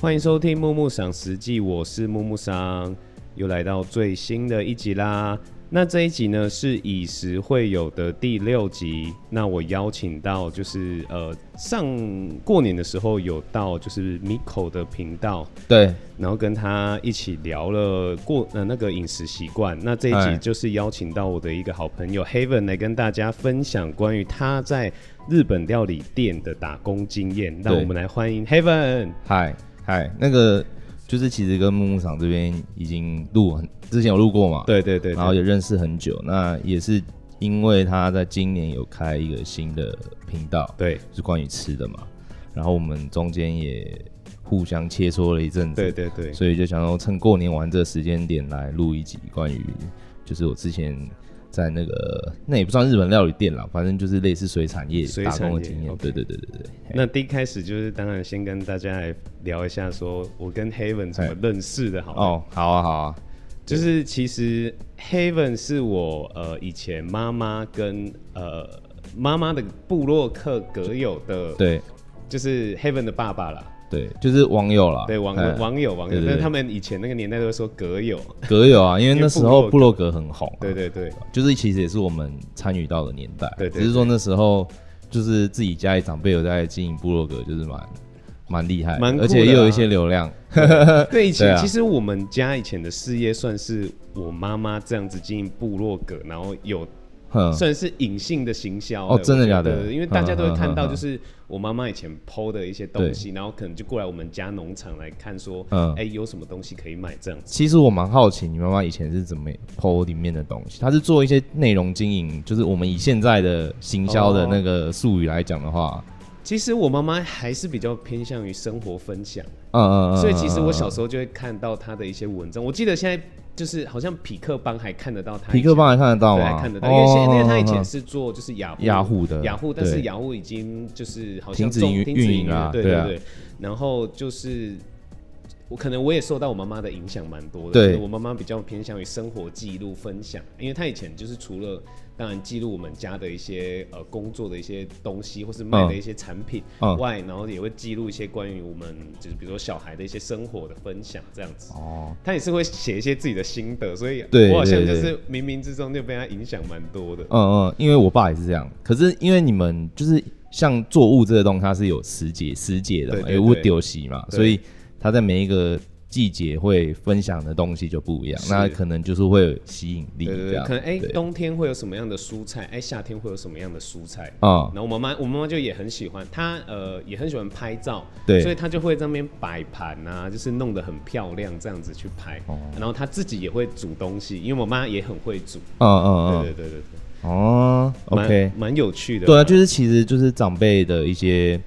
欢迎收听《木木赏食记》，我是木木赏，又来到最新的一集啦。那这一集呢是以食会友的第六集。那我邀请到就是呃上过年的时候有到就是 Miko 的频道，对，然后跟他一起聊了过呃那个饮食习惯。那这一集哎就是邀请到我的一个好朋友 Haven 来跟大家分享关于他在日本料理店的打工经验。那对我们来欢迎 Haven。嗨嗨，那个就是其实跟木木厂这边已经录很，之前有录过嘛，，对对对，然后也认识很久，那也是因为他在今年有开一个新的频道，对是关于吃的嘛，然后我们中间也互相切磋了一阵子，对对对，所以就想说趁过年玩这个时间点来录一集关于，就是我之前在那个那也不算日本料理店啦，反正就是类似水产业水打工产的业经验。 ，OK 对对对对对，那第一开始就是，当然先跟大家来聊一下，说我跟 Haven 怎么认识的好了，哎哦，好啊好啊，就是其实 Haven 是我呃以前妈妈跟呃妈妈的部落客格友的，，对就是 Haven 的爸爸啦，对，就是网友啦，对网哎网友网友对，对但对他们以前那个年代都会说格友，格友啊，因为因为那时部落候格部落格很红、啊对，对对就是其实也是我们参与到的年代，啊对对只是说那时候就是自己家里长辈有在经营部落格，就是蛮蛮厉害的，蛮酷的啊而且也有一些流量，对，以前、对啊其实我们家以前的事业算是我妈妈这样子经营部落格，然后有哼，算是隐性的行销嗯哦我觉真的假的对因为大家都会看到，嗯嗯嗯嗯就是我妈妈以前剖的一些东西，然后可能就过来我们家农场来看，说，嗯哎，有什么东西可以买这样子。其实我蛮好奇你妈妈以前是怎么 PO 里面的东西，她是做一些内容经营，就是我们以现在的行销的那个术语来讲的话，其实我妈妈还是比较偏向于生活分享，嗯嗯嗯，所以其实我小嗯时候就会看到她的一些文章。我记得现在就是好像匹克帮还看得到她以前，皮克帮还看得到对吗？还看得到，因为现因为她以哦前哦是做就是雅虎雅虎的雅虎，但是对雅虎已经就是好像停止中营停止运营营啊对对对啊对。然后就是我可能我也受到我妈妈的影响蛮多的，对就是我妈妈比较偏向于生活记录分享，因为她以前就是除了当然记录我们家的一些呃工作的一些东西，或是卖的一些产品嗯外，然后也会记录一些关于我们就是比如说小孩的一些生活的分享这样子。哦，她也是会写一些自己的心得，所以对我好像就对是冥冥之中就被她影响蛮多的。嗯嗯，因为我爸也是这样，可是因为你们就是像作物这个东西，它是有时节时节的对嘛，对有物对丢息嘛，对所以他在每一个季节会分享的东西就不一样，是那可能就是会有吸引力对对这对，样，可能哎、对冬天会有什么样的蔬菜，哎、夏天会有什么样的蔬菜。啊然后我妈妈，我妈妈就也很喜欢，她呃也很喜欢拍照，对所以她就会在那边摆盘啊，就是弄得很漂亮，这样子去拍。哦然后她自己也会煮东西，因为我妈也很会煮。嗯嗯对嗯，对对对对哦，OK，蛮蛮有趣的。对啊，就是其实就是长辈的一些，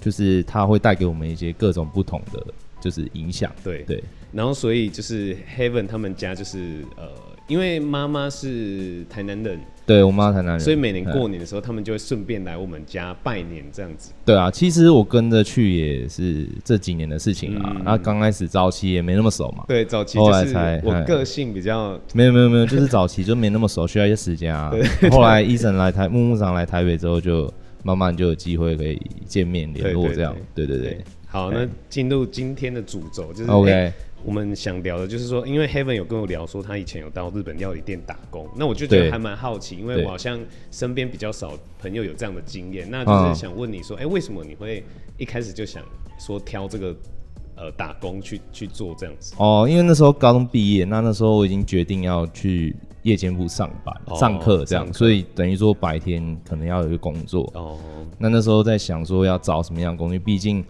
就是他会带给我们一些各种不同的就是影响。对对，然后所以就是 Heaven 他们家就是呃，因为妈妈是台南人，对我妈台南人，所以每年过年的时候，他们就会顺便来我们家拜年这样子。对啊，其实我跟着去也是这几年的事情啦嗯。那刚开始早期也没那么熟嘛，对，早期后就来是才我哎个性比较没有没有没有，就是早期就没那么熟，需要一些时间啊。后来医生来台，木木长来台北之后，就慢慢就有机会可以见面联络对对这样。对对对对。好，那进入今天的主轴，就是 OK 诶我们想聊的就是说，因为 Heaven 有跟我聊说他以前有到日本料理店打工，那我就觉得对还蛮好奇，因为对我好像身边比较少朋友有这样的经验，那嗯就是想问你说，哎、为什么你会一开始就想说挑这个呃打工去去做这样子？哦，因为那时候高中毕业，那那时候我已经决定要去夜间部上班、哦上课这上样，课所以等于说白天可能要有一个工作。哦，那那时候在想说要找什么样的工作，毕竟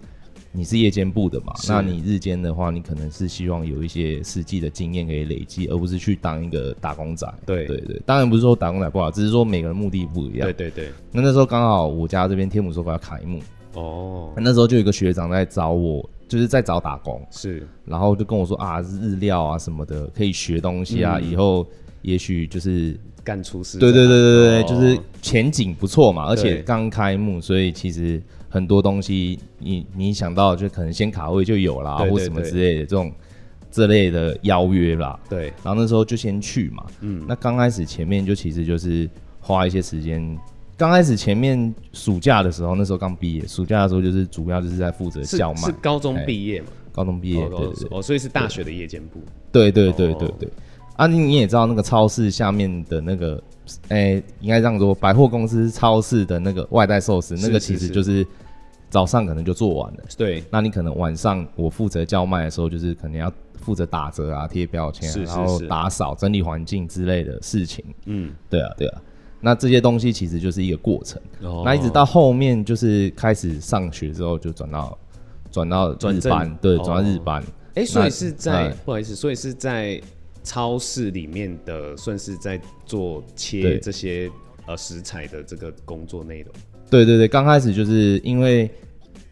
你是夜间部的嘛，是那你日间的话，你可能是希望有一些实际的经验可以累积，而不是去当一个打工仔。对对对，当然不是说打工仔不好，只是说每个人目的不一样对。对对，那那时候刚好我家这边天母说法要开幕，哦，那时候就有一个学长在找我，就是在找打工，是然后就跟我说啊，日料啊什么的可以学东西啊，嗯以后也许就是干出事这对样。对对对对，哦就是前景不错嘛，而且对刚开幕，所以其实很多东西你你想到就可能先卡位就有啦，对对或什么之类的这种这类的邀约啦。对，然后那时候就先去嘛，嗯，那刚开始前面就其实就是花一些时间。刚开始前面暑假的时候，那时候刚毕业，暑假的时候就是主要就是在负责是叫卖是，高中哎毕业嘛？高中毕业，对对对哦，所以是大学的夜间部，对对对哦对对。啊，你你也知道那个超市下面的那个，哎、应该这样说，百货公司超市的那个外带寿司，是那个是其实是就是早上可能就做完了。对，那你可能晚上我负责叫卖的时候，就是可能要负责打折啊、贴标签啊、是是然后是打扫、整理环境之类的事情。嗯，对啊，对啊。那这些东西其实就是一个过程。哦那一直到后面就是开始上学之后，就转到转到转日正班，对，哦转到日班。哎、所以是在哎不好意思，所以是在超市里面的，算是在做切对这些呃食材的这个工作内容。对对对，刚开始就是因为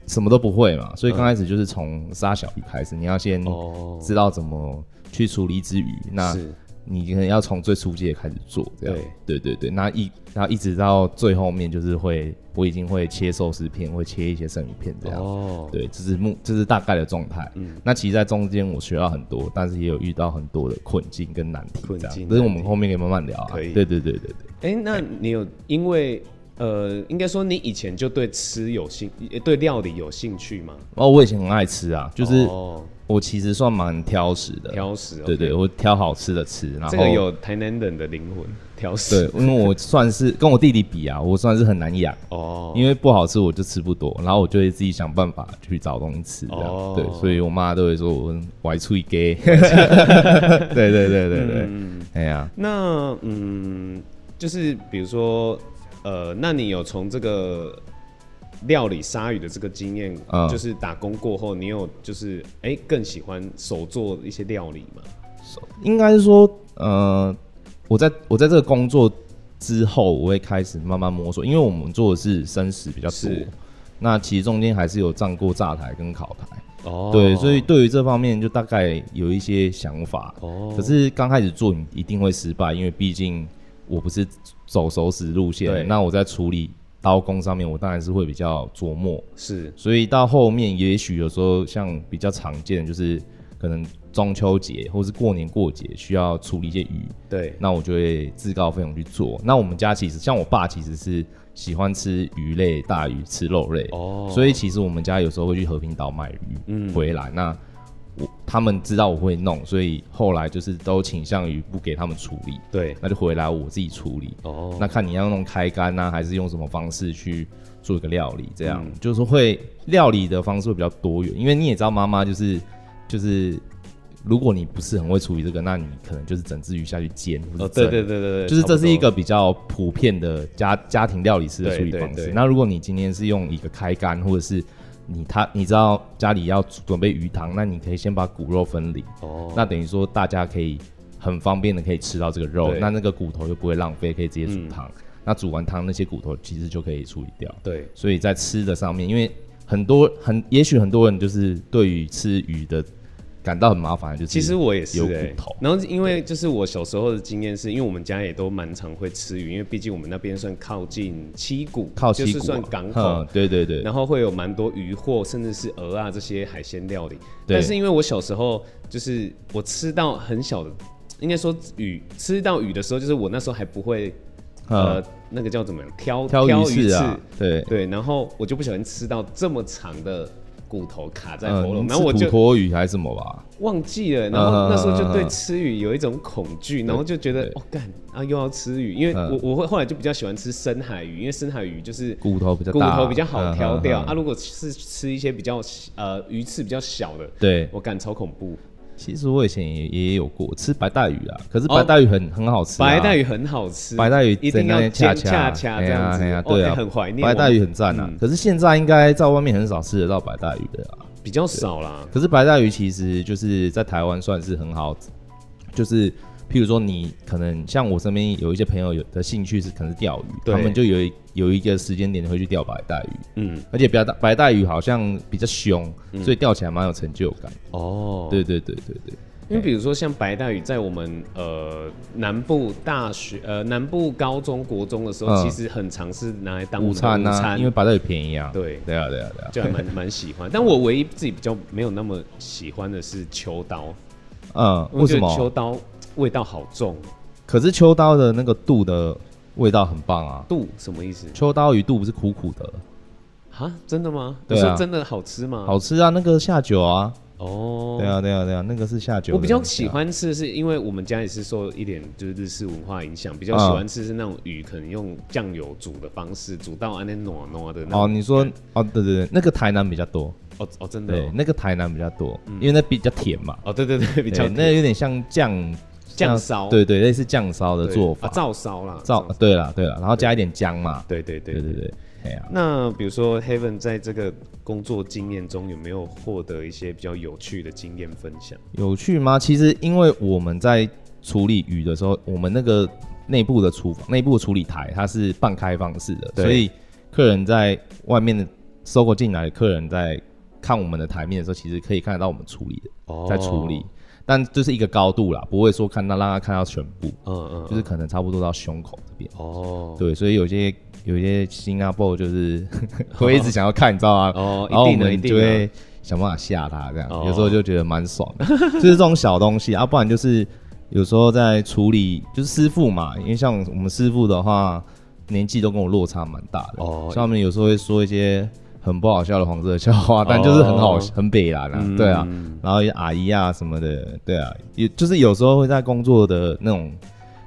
什么都不会嗯嘛，所以刚开始就是从杀小鱼开始，你要先哦知道怎么去处理一只鱼。那是你可能要从最初级的开始做，这样。对对对，那一然后一直到最后面就是会，我已经会切寿司片，会切一些生鱼片这样。哦，嗯对，这是目，这是大概的状态。那其实，在中间我学到很多，但是也有遇到很多的困境跟难题，困这样境。但是我难们题后面可以慢慢聊啊。可以对对对对对，哎、那你有因为呃，应该说你以前就对吃有兴，呃对料理有兴趣吗？哦，我以前很爱吃啊，就是哦，我其实算蛮挑食的。挑食、哦，对对，我挑好吃的吃，然后这个有台南人的灵魂，挑食。对，因为我算是跟我弟弟比啊，我算是很难养。哦，因为不好吃我就吃不多，然后我就会自己想办法去找东西吃，这样、哦对，所以我妈都会说我歪出 一 gay，对对对对对，嗯哎呀、那嗯，就是比如说，呃，那你有从这个料理鲨鱼的这个经验，嗯就是打工过后，你有就是哎、更喜欢手做一些料理吗？应该是说，呃，我在我在这个工作之后，我会开始慢慢摸索，因为我们做的是生食比较多是，那其实中间还是有站过炸台跟烤台，哦对，所以对于这方面就大概有一些想法。哦可是刚开始做你一定会失败，因为毕竟我不是走熟食对路线，那我在处理刀工上面，我当然是会比较琢磨。是所以到后面，也许有时候像比较常见的，就是可能中秋节或是过年过节需要处理一些鱼，对那我就会自告奋勇去做。那我们家其实像我爸其实是喜欢吃鱼类、大鱼、吃肉类，哦嗯所以其实我们家有时候会去和平岛买鱼、回来。那我他们知道我会弄，所以后来就是都倾向于不给他们处理，对那就回来我自己处理。哦那看你要弄开干啊呐、还是用什么方式去做一个料理，这样、嗯就是会料理的方式会比较多元，因为你也知道妈妈就是就是，如果你不是很会处理这个，那你可能就是整只鱼下去煎，或者哦对对对对对，就是这是一差个比较普遍的家家庭料理师的处理对对方式。对那如果你今天是用一个开干，或者是你他你知道家里要准备鱼汤，那你可以先把骨肉分离，不多哦那等于说大家可以很方便的可以吃到这个肉，对嗯那那个骨头又不会浪费，可以直接煮汤。那煮完汤那些骨头其实就可以处理掉。对所以在吃的上面，因为很多很也许很多人就是对于吃鱼的感到很麻烦，就是其实我也是、有欸、骨头然后因为就是我小时候的经验是，因为我们家也都蛮常会吃鱼，因为毕竟我们那边算靠近七股，靠溪就骨、是啊，算港口嗯，对对对，然后会有蛮多鱼货，甚至是鹅啊这些海鲜料理。对但是因为我小时候就是我吃到很小的，应该说鱼吃到鱼的时候，就是我那时候还不会，嗯呃，那个叫怎么样挑挑鱼鱼刺啊，对，对，然后我就不小心吃到这么长的骨头卡在喉咙，嗯，然后我是就土托鱼还是什么吧？忘记了，然后那时候就嗯嗯嗯对嗯嗯吃鱼有一种恐惧，然后就觉得嗯对哦干啊又要吃鱼，因为嗯我我会后来就比较喜欢吃深海鱼，因为深海鱼就是骨头比较骨大头比较好嗯挑嗯掉嗯啊。如果是吃一些比较呃鱼刺比较小的，对，我感超恐怖。其实我以前也也有过吃白带鱼啊，可是哦白带鱼很、很好吃、啊，白带鱼很好吃，白带鱼一定在那要边煎恰恰恰恰哎这呀样子哎呀，哦对啊，哎很怀念白带我鱼很赞嗯啊，可是现在应该在外面很少吃得到白带鱼的啊。比较少啦。可是白带鱼其实就是在台湾算是很好，就是譬如说你可能像我身边有一些朋友有的兴趣是可能是钓鱼，对他们就有一有一个时间点会去钓白带鱼，嗯，而且白带白带鱼好像比较凶，所以钓起来蛮有成就感。哦，对对对对对，因为比如说像白带鱼，在我们呃南部大学呃南部高中国中的时候，嗯其实很常是拿来当我午们的餐午啊，餐，因为白带鱼便宜啊。对对啊对啊对啊。就还蛮蛮喜欢。但我唯一自己比较没有那么喜欢的是秋刀，嗯，我为觉什得么秋？刀味道好重？可是秋刀的那个肚的味道很棒啊，度什么意思？秋刀鱼肚不嗯是苦苦的，啊，真的吗？你对啊说真的好吃吗？好吃啊，那个下酒啊，哦，对啊，对啊，对啊，那个是下酒的。我比较喜对啊欢吃的是，因为我们家也是受一点就是日式文化影响，比啊较喜欢吃是那种鱼，可能用酱油煮的方式煮到啊安那糯糯的那哦，种。你说哦，对对对，那个台南比较多，哦哦，真的对，哦那个台南比较多，因为那比较甜嘛，哦，对对对，嗯比较对那有点像酱酱像烧对对，类似酱烧的对做法啊，，照烧啦，照对了对了，然后加一点姜嘛，对对对对对对，哎呀，那比如说 Heaven 在这个工作经验中有没有获得一些比较有趣的经验分享？有趣吗？其实因为我们在处理鱼的时候，我们那个内部的厨房、内部的处理台它是半开放式的，对所以客人在外面的收购进来的客人在看我们的台面的时候，其实可以看得到我们处理的哦在处理，，但就是一个高度啦，不会说看到让他看到全部，嗯嗯，就是可能差不多到胸口这边。哦，对，所以有些有些新加坡就是 会一直想要看，你知道吗？哦然一后我定的一们定就的会想办法吓他，这样、哦有时候就觉得蛮爽的， 就是这种小东西啊，不然就是有时候在处理就是师傅嘛，因为像我们师傅的话，年纪都跟我落差蛮大的，哦哦，像他们有时候会说一些很不好笑的黄色笑话，但就是很好、哦很北蓝啊，对啊，然后一些阿姨啊什么的，对啊，也就是有时候会在工作的那种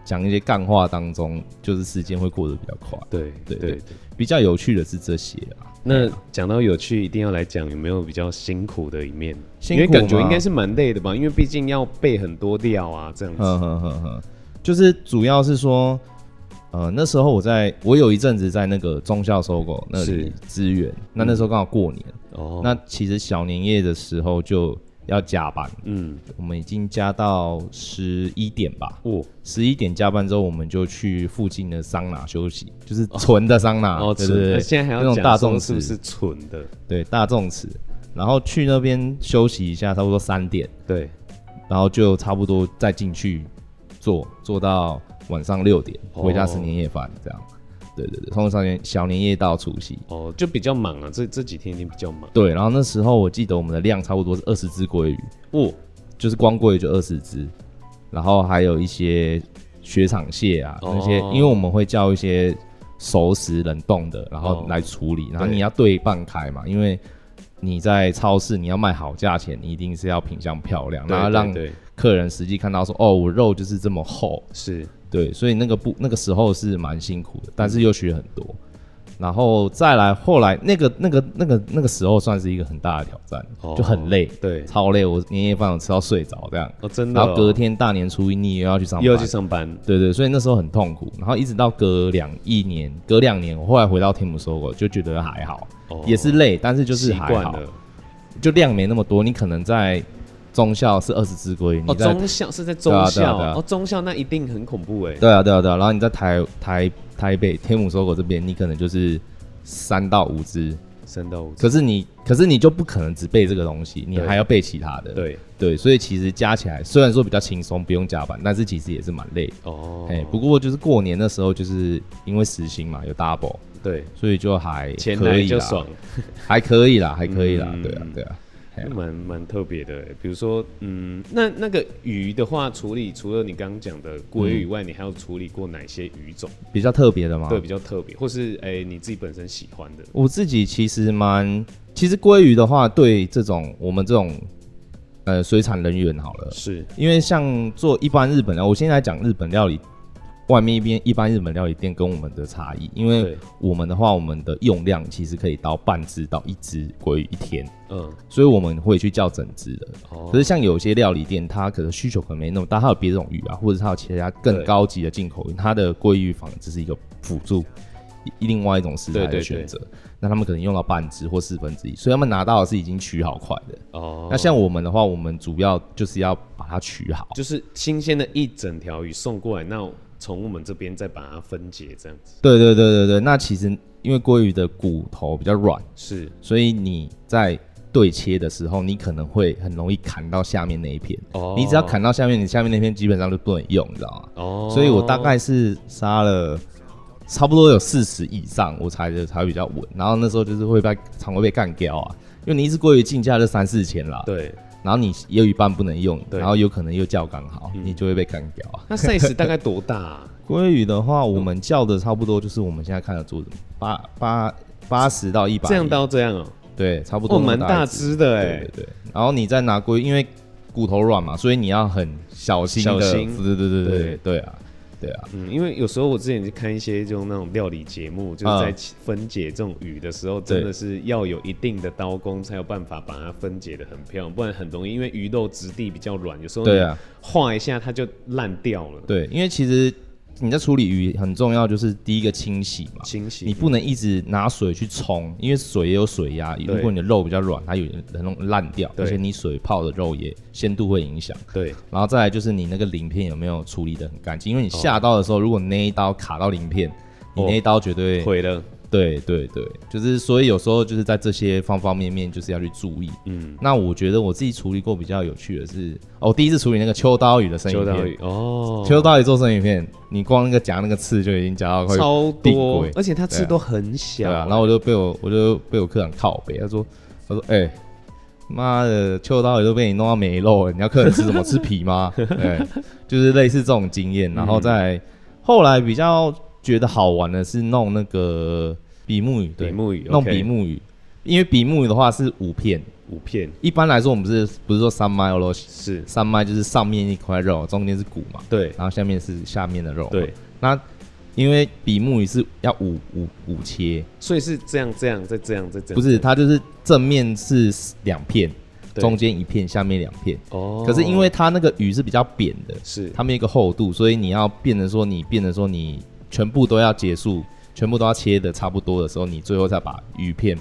讲一些干话当中，就是时间会过得比较快。对对对对对。比较有趣的是这些啊，那讲到有趣，一定要来讲有没有比较辛苦的一面？辛因为苦感觉吗应该是蛮累的吧，因为毕竟要背很多料啊，这样子。呵呵呵呵，就是主要是说，呃，那时候我在我有一阵子在那个中校收购那是里支援，那那时候刚好过年，哦，那其实小年夜的时候就要加班，嗯，我们已经加到十一点吧，哦十一点加班之后，我们就去附近的桑拿休息，就是纯的桑拿，哦，啊对纯对的对，现在还那要种讲大说众是不池是纯的？对大众池，然后去那边休息一下，差不多三点，对，然后就差不多再进去做，做到晚上六点，哦回家吃年夜饭这样。对对对，通常年小年夜到除夕。哦，就比较忙啊，这这几天已经比较忙。对，然后那时候我记得我们的量差不多是二十只鲑鱼，哦，就是光鲑鱼就二十只，然后还有一些雪场蟹啊、哦那些，因为我们会叫一些熟食冷冻的，然哦后来处理，然后对你要对半开嘛，因为你在超市你要卖好价钱，你一定是要品相漂亮，然后对让对对客人实际看到说哦，我肉就是这么厚，是对，所以那个不那个时候是蛮辛苦的，但是又学很多。然后再来，后来那个、那个、那个、那个时候算是一个很大的挑战，哦就很累，对超累。我年夜饭我吃到睡着这样，哦，真的哦。然后隔天大年初一你又要去上班，又要去上班，对对，所以那时候很痛苦。然后一直到隔两一年，隔两年我后来回到天母收购，就觉得还好，哦也是累，但是就是习还惯好，了。哦就量没那么多。你可能在中校是二十只龟，你哦，在中校是在中对啊对啊校对啊哦，中校那一定很恐怖哎。对啊，对啊，对啊。然后你在台台台北天母搜狗这边，你可能就是三到五只，三到五次，可是你可是你就不可能只背这个东西，你对还要背其他的。对，对，所以其实加起来虽然说比较轻松，不用加班，但是其实也是蛮累的。哦，哎、不过就是过年的时候，就是因为时薪嘛，有 double，对，所以就还钱可来以就啦，爽。还可以啦，还可以啦，嗯对啊，对啊。哎呀蛮蛮特别的欸，比如说，嗯，那那个鱼的话，处理除了你刚刚讲的鲑嗯鱼以外，你还有处理过哪些鱼种？比较特别的嘛，对，比较特别，或是哎、你自己本身喜欢的我自己其实蛮，其实鲑鱼的话，对这种我们这种呃水产人员好了，是因为像做一般日本料，啊我现在讲日本料理，外面一边一般日本料理店跟我们的差异，因为对我们的话，我们的用量其实可以到半只到一只鲑鱼一天，嗯所以我们会去叫整只的。哦可是像有些料理店，它可能需求可能没那么大，它有别种鱼啊，或者它有其他更对高级的进口鱼，它的鲑鱼仿只是一个辅助，一另外一种食材对对的对选择。那他们可能用到半只或四分之一，所以他们拿到的是已经取好块的。哦，那像我们的话，我们主要就是要把它取好。就是新鲜的一整条鱼送过来，那从我们这边再把它分解，这样子对对对对对，那其实因为鲑鱼的骨头比较软，是所以你在对切的时候，你可能会很容易砍到下面那一片。哦你只要砍到下面，你下面那片基本上就不能用，你知道吗？哦，所以我大概是杀了差不多有四十以上，我才才比较稳。然后那时候就是会被常会被干掉啊，因为你一只鲑鱼进价就三四千啦，对，然后你也有一半不能用，对嗯然后有可能又叫刚好，你就会被干掉啊。那 size 大概多大、啊？鲑鱼的话，我 们叫的差不多就是我们现在看的桌子八八八十到一百，这样到这样哦、对，差不哦，多那么蛮大一只只的对哎对，对，然后你再拿龟，因为骨头软嘛，所以你要很小心的，小心对对对对对对对啊，对啊，嗯，因为有时候我之前去看一些就那种料理节目，就是在嗯切分解这种鱼的时候，真的是要有一定的刀工才有办法把它分解的很漂亮，不然很容易因为鱼肉质地比较软，有时候对啊，画一下它就烂掉了。，对，因为其实你在处理鱼很重要，就是第一个清洗嘛，清你洗不能一直拿水去冲，因为水也有水压，对如果你的肉比较软，它有很容易烂掉，对而且你水泡的肉也鲜度会影响。对然后再来就是你那个鳞片有没有处理的很干哦净，因为你下刀的时候，如果你那一刀卡到鳞片，你那一刀绝对毁了，对对对，就是所以有时候就是在这些方方面面就是要去注意。嗯，那我觉得我自己处理过比较有趣的是，哦，我第一次处理那个秋刀鱼的生鱼秋刀片，鱼哦，秋刀鱼做生鱼片，你光那个夹那个刺就已经夹到快超定多规，而且它对刺啊都很小对啊，，然后我就被我我就被我客人靠背，他说他说哎。妈的，秋刀鱼都被你弄到没肉了，你要客人吃什么？吃 皮吗？对，就是类似这种经验。然后嗯再、后来比较觉得好玩的是弄那个比目鱼，对比，目鱼弄 OK 比目鱼，因为比目鱼的话是五片，五片一般来说我们不是不是说三麦哦咯，是，三麦就是上面一块肉，中间是骨嘛，对然后下面是下面的肉。，对，那因为比目鱼是要五五五切，所以是这样这样再这样再这样，不是它就是正面是两片，对中间一片，下面两片。哦，可是因为它那个鱼是比较扁的，是它没有一个厚度，所以你要变成说你变成说你全部都要结束，全部都要切的差不多的时候，你最后再把鱼片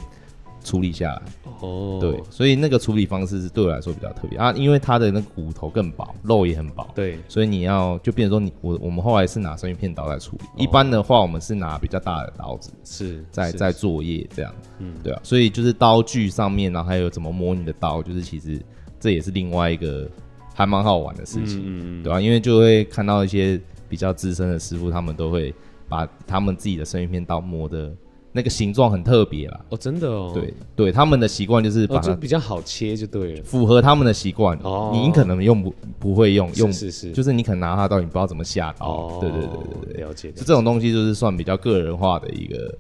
处理下来。哦对，所以那个处理方式是对我来说比较特别啊，因为它的那个骨头更薄，肉也很薄，对所以你要就变成说你我我们后来是拿生鱼片刀来处理，哦一般的话我们是拿比较大的刀子是在是在作业这样，嗯，对啊，所以就是刀具上面，然后还有怎么摸你的刀，就是其实这也是另外一个还蛮好玩的事情，嗯嗯嗯对啊，因为就会看到一些比较资深的师傅，他们都会把他们自己的生鱼片刀磨的那个形状很特别啦。哦真的哦对对，他们的习惯就是把哦它就比较好切就对了，符合他们的习惯。哦你可能用不不会用，用是是是就是你可能拿它到，你不知道怎么下刀。哦对对对对对，了解了就解这种东西就是算比较个人化的一个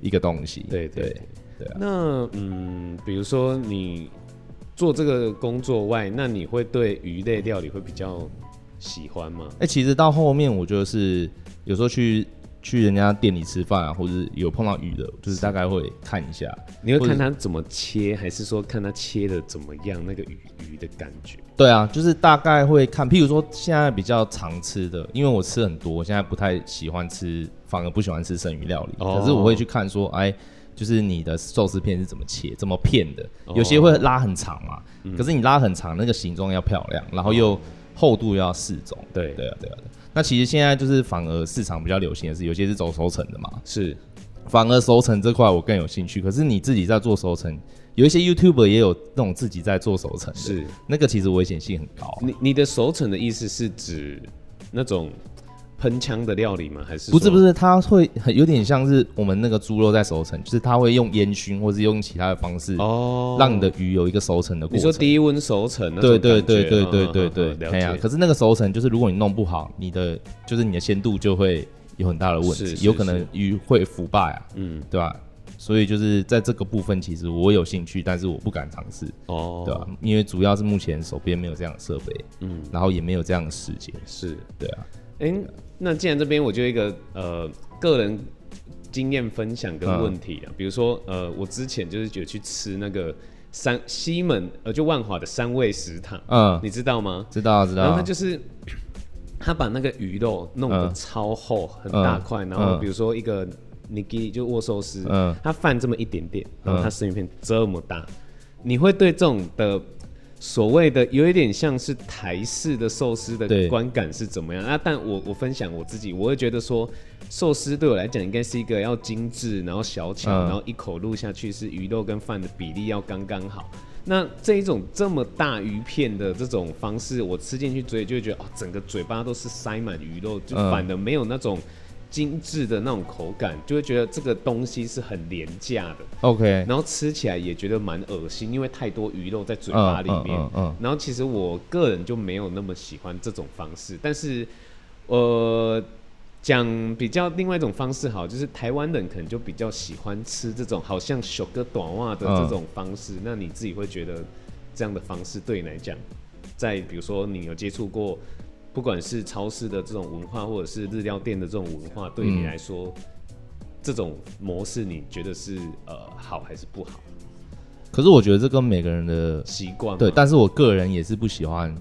一个东西。对对对对啊，那嗯比如说你做这个工作外，那你会对鱼类料理会比较喜欢吗？哎、其实到后面我就是有时候去去人家店里吃饭啊，或者是有碰到鱼的，就是大概会看一下。你会或者看它怎么切，还是说看它切的怎么样那个鱼鱼的感觉？对啊，就是大概会看，譬如说现在比较常吃的，因为我吃很多，我现在不太喜欢吃，反而不喜欢吃生鱼料理。哦可是我会去看说，哎，就是你的寿司片是怎么切、怎么片的，哦嗯有些会拉很长嘛，可是你拉很长，那个形状要漂亮，然后又厚度又要适中。哦对对啊，对啊。对啊那其实现在就是反而市场比较流行的是，有些是走熟成的嘛，是反而熟成这块我更有兴趣。可是你自己在做熟成，有一些 YouTuber 也有那种自己在做熟成的，是，那个其实危险性很高啊、你你的熟成的意思是指那种喷枪的料理吗？还是不是说不是，它会很有点像是我们那个猪肉在熟成，就是它会用烟熏或是用其他的方式，哦？让你的鱼有一个熟成的过你程说。低温熟成那种对感对觉对对对嗯对嗯对嗯对，了哎呀，解可是那个熟成就是如果你弄不好，你的就是你的鲜度就会有很大的问是题，是有可能是鱼会腐败啊，嗯对吧、所以就是在这个部分，其实我有兴趣，但是我不敢尝试，哦，对吧、啊因为主要是目前手边没有这样的设备，嗯然后也没有这样的时间，是对啊，哎、那既然这边我就有一个呃个人经验分享跟嗯问题啊，比如说呃我之前就是有去吃那个三西门呃就万华的三味食堂，嗯，你知道吗？知道知道，然后他就是他把那个鱼肉弄得嗯超厚、很大块，然后嗯比如说一个 nigiri 就握寿司，嗯他饭这么一点点，然后嗯他生鱼片这么大，你会对这种的所谓的有一点像是台式的寿司的对观感是怎么样？啊，但我我分享我自己，我会觉得说。寿司对我来讲应该是一个要精致，然后小巧，嗯然后一口入下去是鱼肉跟饭的比例要刚刚好。那这一种这么大鱼片的这种方式，我吃进去嘴里就会觉得哦，整个嘴巴都是塞满鱼肉，就嗯反而没有那种精致的那种口感，就会觉得这个东西是很廉价的。 OK，然后吃起来也觉得蛮恶心，因为太多鱼肉在嘴巴里面。嗯嗯嗯嗯然后其实我个人就没有那么喜欢这种方式，但是呃，讲比较另外一种方式好，就是台湾人可能就比较喜欢吃这种好像小哥短袜的这种方式。嗯那你自己会觉得这样的方式对你来讲，在比如说你有接触过，不管是超市的这种文化，或者是日料店的这种文化，对你来说，嗯这种模式你觉得是呃好还是不好？可是我觉得这跟每个人的习惯吗对，但是我个人也是不喜欢，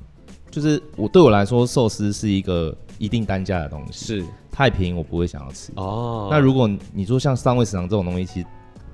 就是我对我来说，寿司是一个一定单价的东西，是太便宜我不会想要吃。哦，那如果你说像三味市场这种东西，其实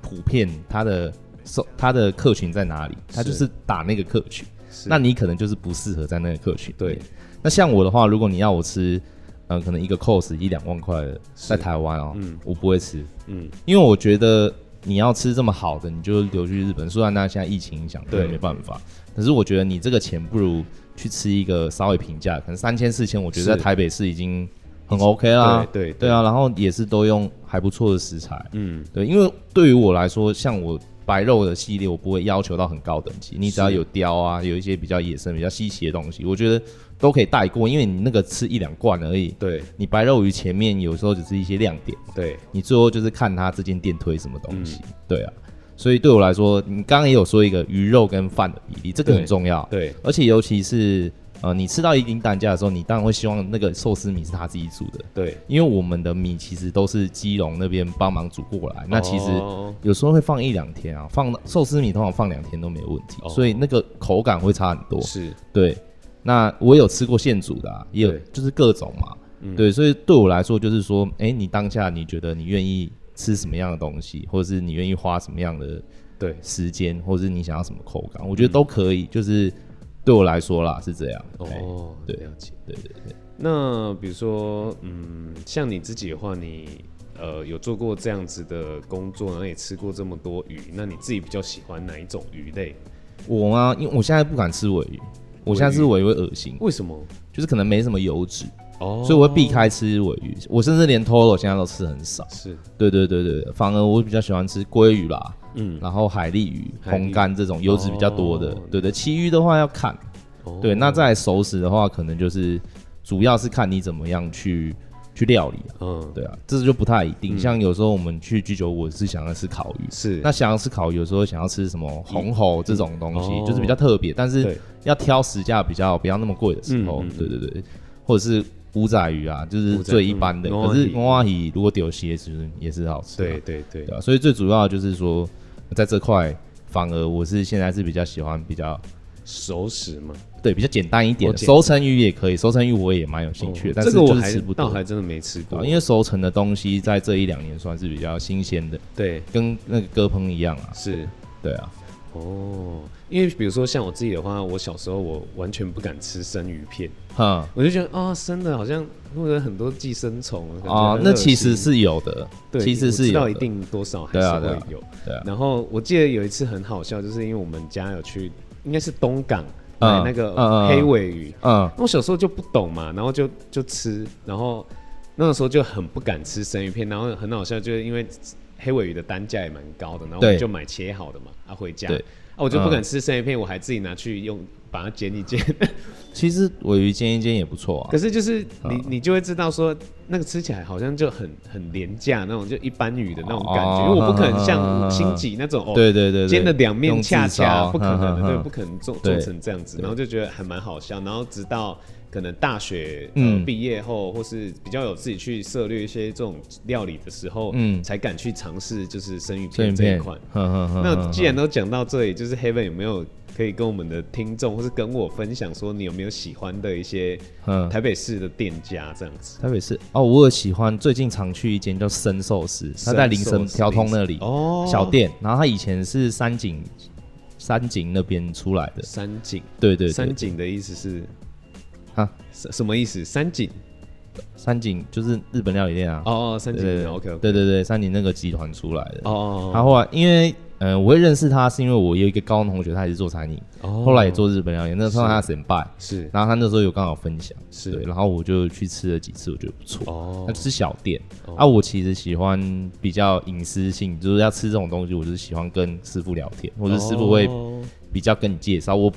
普遍它的受它的客群在哪里？它是就是打那个客群，是那你可能就是不适合在那个客群。对，那像我的话，如果你要我吃，嗯、可能一个 cos 一两万块的，是在台湾哦，嗯我不会吃，嗯因为我觉得你要吃这么好的，你就留去日本。虽然那现在疫情影响，对对，没办法。可是我觉得你这个钱不如去吃一个稍微平价，可能三千四千，我觉得在是台北市已经很 OK 啦。对对对对啊，然后也是都用还不错的食材。嗯对，因为对于我来说，像我白肉的系列，我不会要求到很高等级，你只要是有雕啊，有一些比较野生、比较稀奇的东西，我觉得都可以带过，因为你那个吃一两罐而已。对你白肉鱼前面有时候只是一些亮点，对你最后就是看他这间店推什么东西。嗯对啊，所以对我来说，你刚刚也有说一个鱼肉跟饭的比例，这个很对重要。对而且尤其是呃，你吃到一定单价的时候，你当然会希望那个寿司米是他自己煮的，对，因为我们的米其实都是基隆那边帮忙煮过来，那其实哦有时候会放一两天啊，放寿司米通常放两天都没有问题，哦所以那个口感会差很多。是对，那我有吃过现煮的、啊，也有对嗯就是各种嘛。对，所以对我来说就是说，哎、你当下你觉得你愿意吃什么样的东西，或者是你愿意花什么样的对时间，或者是你想要什么口感，我觉得都可以。就是对我来说啦，是这样。哎嗯哦，对了解。对对对，那比如说，嗯，像你自己的话，你呃有做过这样子的工作，然后也吃过这么多鱼，那你自己比较喜欢哪一种鱼类？我嘛，因为我现在不敢吃尾鱼，我现在吃尾鱼会恶心，为什么？就是可能没什么油脂，哦所以我会避开吃尾鱼。我甚至连 Toro 现在都吃很少。是对对对对，反而我比较喜欢吃鲑鱼啦，嗯嗯，然后海蛎鱼、海蛎红干这种油脂比较多的，哦对对。其余的话要看，哦对。那再来熟食的话，可能就是主要是看你怎么样去去料理啊，嗯，对啊，这就不太一定。像有时候我们去居酒屋，我是想要吃烤鱼，是那想要吃烤鱼，有时候想要吃什么红喉这种东西，哦就是比较特别，但是啊对要挑时价比较不要那么贵的时候，嗯嗯嗯对对对，或者是乌仔鱼啊，就是乌仔最一般的。嗯乌可是仔鱼公蛙鱼如果丢鞋子也是好吃、啊，对对对对啊，所以最主要就是说，在这块反而我是现在是比较喜欢比较熟食嘛，对比较简单一点哦的，简熟成鱼也可以，熟成鱼我也蛮有兴趣的，但是哦这个我就是还吃不倒多。还真的没吃对过，啊因为熟成的东西在这一两年算是比较新鲜的，对跟那个鸽烹一样啊。是对啊，哦，因为比如说像我自己的话，我小时候我完全不敢吃生鱼片，哼，我就觉得啊、生的好像或者很多寄生虫感觉啊很，那恶其心实是有的，对，其实我是知有道的一定多少还对是啊会对啊有。对啊然后我记得有一次很好笑，就是因为我们家有去，应该是东港买嗯那个嗯嗯嗯黑尾鱼。嗯，那我小时候就不懂嘛，然后就就吃，然后那个时候就很不敢吃生鱼片，然后很好笑，就是因为黑尾鱼的单价也蛮高的，然后我对们就买切好的嘛，啊回家，对嗯啊我就不敢吃生鱼片，我还自己拿去用把它煎一 煎，其实尾鱼煎一煎也不错啊可。是就是你你就会知道说那个吃起来好像就很很廉价那种，就一般鱼的那种感觉，哦因为我不可能嗯嗯嗯像嗯星级那种哦，对对对对，煎的两面用恰自烧恰，不可能的，对，不。哼哼哼可能做对做成这样子，然后就觉得还蛮好笑，然后直到。可能大学呃嗯毕业后，或是比较有自己去涉猎一些这种料理的时候，嗯，嗯才敢去尝试就是生鱼生鱼片这一片嗯款。，哼哼哼那哼既然都讲到这里，就是 Heaven 有没有可以跟我们的听众，或是跟我分享说你有没有喜欢的一些嗯台北市的店家这样子？台北市哦，我有喜欢，最近常去一间叫生寿司，它在林生寿森司条通那里哦小店，然后它以前是三井三井那边出来的，三井，对对三对，井的意思是啊，什什么意思？三井三井就是日本料理店啊，哦，哦三对，井对对，OK，对对对，三井那个集团出来的，他哦，后来因为呃，我会认识他是因为我有一个高中同学，他也是做餐饮，哦后来也做日本料理，那时候他神拜，是然后他那时候有刚好分享，是对，然后我就去吃了几次，我觉得不错。哦那，吃小店、啊，我其实喜欢比较隐私性，就是要吃这种东西，我就是喜欢跟师傅聊天，或者师傅会哦比较跟你介绍。我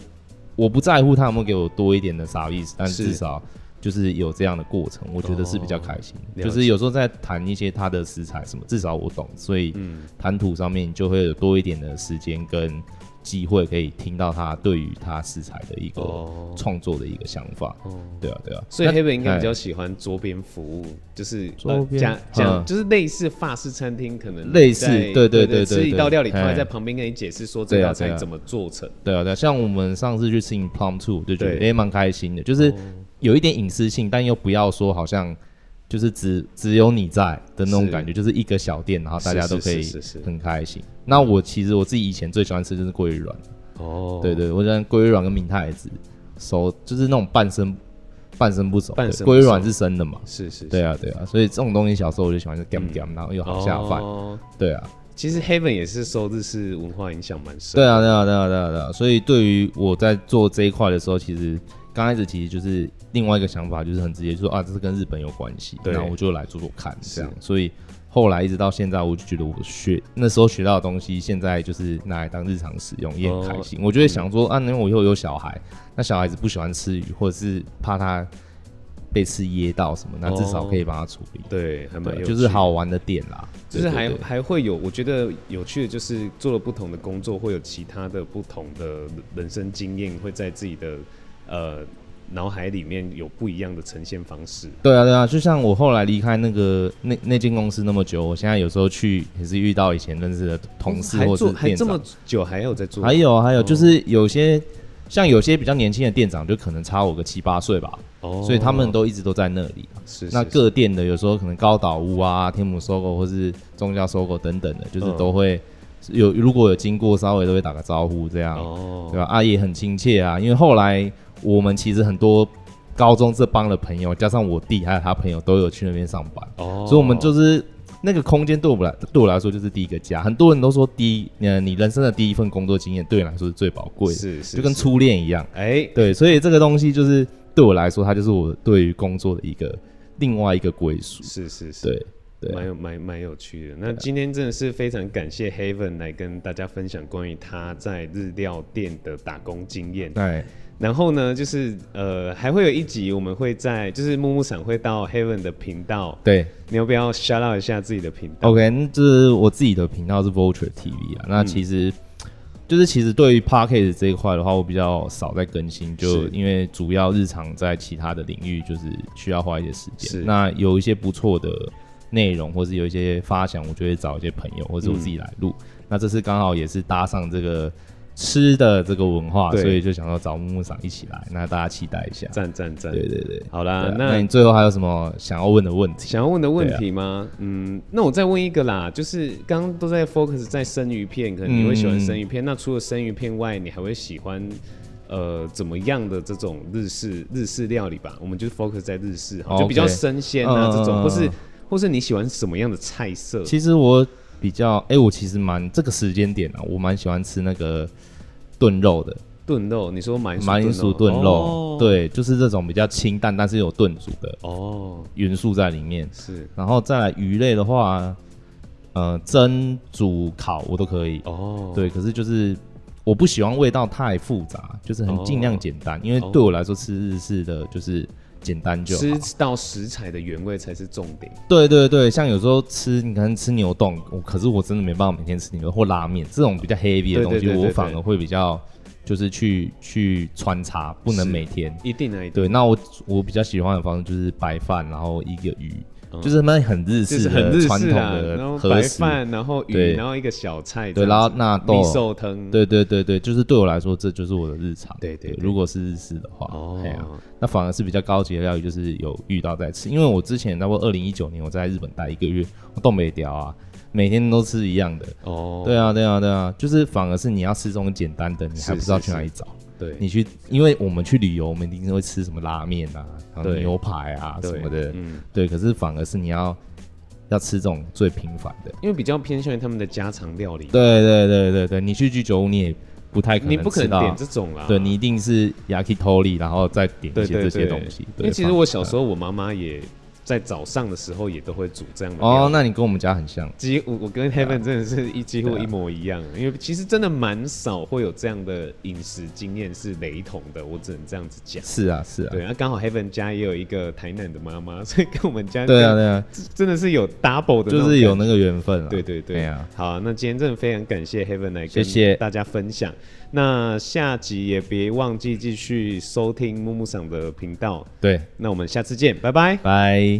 我不在乎他有没有给我多一点的啥意思，但是哦至少就是有这样的过程，我觉得是比较开心。了解就是有时候在谈一些它的食材什么，至少我懂，所以嗯谈吐上面你就会有多一点的时间跟机会可以听到他对于他食材的一个哦，创作的一个想法。对啊，对啊。所以那 Heaven 应该比较哎喜欢桌边服务，就是桌边讲讲嗯就是类似法式餐厅，可能类似在对对对对对吃一对道料理，突然哎在旁边跟你解释说这对啊道菜对啊怎么做成，对啊，对啊，像我们上次去吃 Impromptu 就觉得对哦也蛮开心的，就是有一点隐私性，但又不要说好像就是只只有你在的那种是感觉，就是一个小店，然后大家是都可以是是是是很开心。那我其实我自己以前最喜欢吃就是鲑鱼卵，哦，对对，我喜欢鲑鱼卵跟明太子，熟就是那种半生半生不熟的，半生不鲑鱼卵熟是生的嘛。是是，对啊，对啊，所以这种东西小时候我就喜欢，就 gam gam，、然后又是，好下饭。嗯哦对啊，其实 Heaven 也是受日式文化影响蛮深对啊，对啊，对啊，对啊，对啊。所以对于我在做这一块的时候，其实刚开始其实就是另外一个想法，就是很直接，就说啊，这是跟日本有关系，对那我就来做做看，这样是。啊所以后来一直到现在，我就觉得我学那时候学到的东西，现在就是拿来当日常使用，也很开心。我就会想说啊，那我以后有小孩，那小孩子不喜欢吃鱼，或者是怕他被吃噎到什么，那至少哦可以帮他处理。对，还蛮对，啊有就是趣好玩的点啦，就是对对还对还会有，我觉得有趣的就是做了不同的工作，会有其他的不同的人生经验，会在自己的呃脑海里面有不一样的呈现方式。对啊，对啊，就像我后来离开那个那那间公司那么久，我现在有时候去也是遇到以前认识的同事哦还或做是还店这么长，久，还有在做，还有啊还有哦就是有些像有些比较年轻的店长，就可能差我个七八岁吧，哦所以他们都一直都在那里。是那是各店的有时候可能高岛屋啊、天母搜狗或是中交搜狗等等的，就是嗯都会有如果有经过，稍微都会打个招呼这样。哦对吧？啊，也很亲切啊，因为后来我们其实很多高中这帮的朋友，加上我弟还有他朋友，都有去那边上班，哦，所以我们就是那个空间对我们来对我来说就是第一个家。很多人都说第一，呃，你人生的第一份工作经验对你来说是最宝贵的，是是就跟是初恋一样。哎对，所以这个东西就是对我来说，它就是我对于工作的一个另外一个归属。是是是。对对啊蛮有蛮蛮有趣的。那今天真的是非常感谢 Haven 来跟大家分享关于他在日料店的打工经验。对，然后呢，就是呃，还会有一集我们会在，就是木木赏会到 Heaven 的频道，对。你要不要 shout out 一下自己的频道？ OK，那这是我自己的频道是 Vulture TV 啊。那嗯其实、就是其实对于 Podcast 这一块的话，我比较少在更新，就是因为主要日常在其他的领域就是需要花一些时是间。那有一些不错的内容，或是有一些发想，我就会找一些朋友或者我自己来录。嗯那这次刚好也是搭上这个。吃的这个文化，对所以就想要找木木长一起来，那大家期待一下。赞赞赞！对对对，好啦，对啊呃那那你啊最后还有什么想要问的问题？想要问的问题吗？嗯，那我再问一个啦，就是刚刚都在 focus 在生鱼片，可能你会喜欢生鱼嗯片。那除了生鱼片外，你还会喜欢呃怎么样的这种日式日式料理吧？我们就 focus 在日式好，哦就比较 OK 生鲜啊这种，嗯或是或是你喜欢什么样的菜色？其实我比较，哎、我其实蛮这个时间点啊，我蛮喜欢吃那个炖肉的，炖肉，你说马铃马铃薯炖肉，哦，对，就是这种比较清淡，但是有炖煮的哦，元素在里面。是然后再来鱼类的话，呃，蒸、煮、烤我都可以，哦，对。可是就是我不喜欢味道太复杂，就是很尽量简单，因为对我来说吃日式的就是简单就好。吃到食材的原味才是重点。对对对，像有时候吃，你可能吃牛冻，我可是我真的没办法每天吃牛肉或拉面这种比较 heavy 的东对西，对对对对我反而会比较就是去去穿插，不能是每天。一定啊，一定对，那我我比较喜欢的方式就是白饭，然后一个鱼，嗯就是他们很日就式是啊很的日传式统啦，然后的白和食。饭，然后鱼，对然后一个小菜这样子，对，然后纳米豆，寿汤，对对对对，就是对我来说，这就是我的日常。对对对如果是日式的话，哦嘿啊那反而是比较高级的料理，就是有遇到在吃。因为我之前差不多二零一九年我在日本待一个月，我东北屌啊，每天都吃一样的。哦，对啊，对啊，对啊，就是反而是你要吃这种简单的，你是还不知道去哪里找。对你去，因为我们去旅游，我们一定会吃什么拉面啊，然后对牛排啊对什么的。嗯，对，可是反而是你要要吃这种最平凡的。因为比较偏向于他们的家常料理，对对对对对，你去居酒屋你也不太可能你不可吃到能点这种啦，对你一定是 yakitori，然后再点对对一些对这些东西。因为其实反我小时候我妈妈也在早上的时候也都会煮这样的料哦理，那你跟我们家很像，几我我跟啊 Heaven 真的是一几乎一模一样，啊因为其实真的蛮少会有这样的饮食经验是雷同的，我只能这样子讲。是啊是啊，对，那刚好 Heaven 家也有一个台南的妈 妈，所以跟我们家对啊对啊，真的真的是有 double 的那种感觉，就是有那个缘分了，对对对，对啊，好啊，那今天真的非常感谢 Heaven 来谢谢跟大家分享。那下集也别忘记继续收听木木赏的频道，对，那我们下次见，拜拜。拜。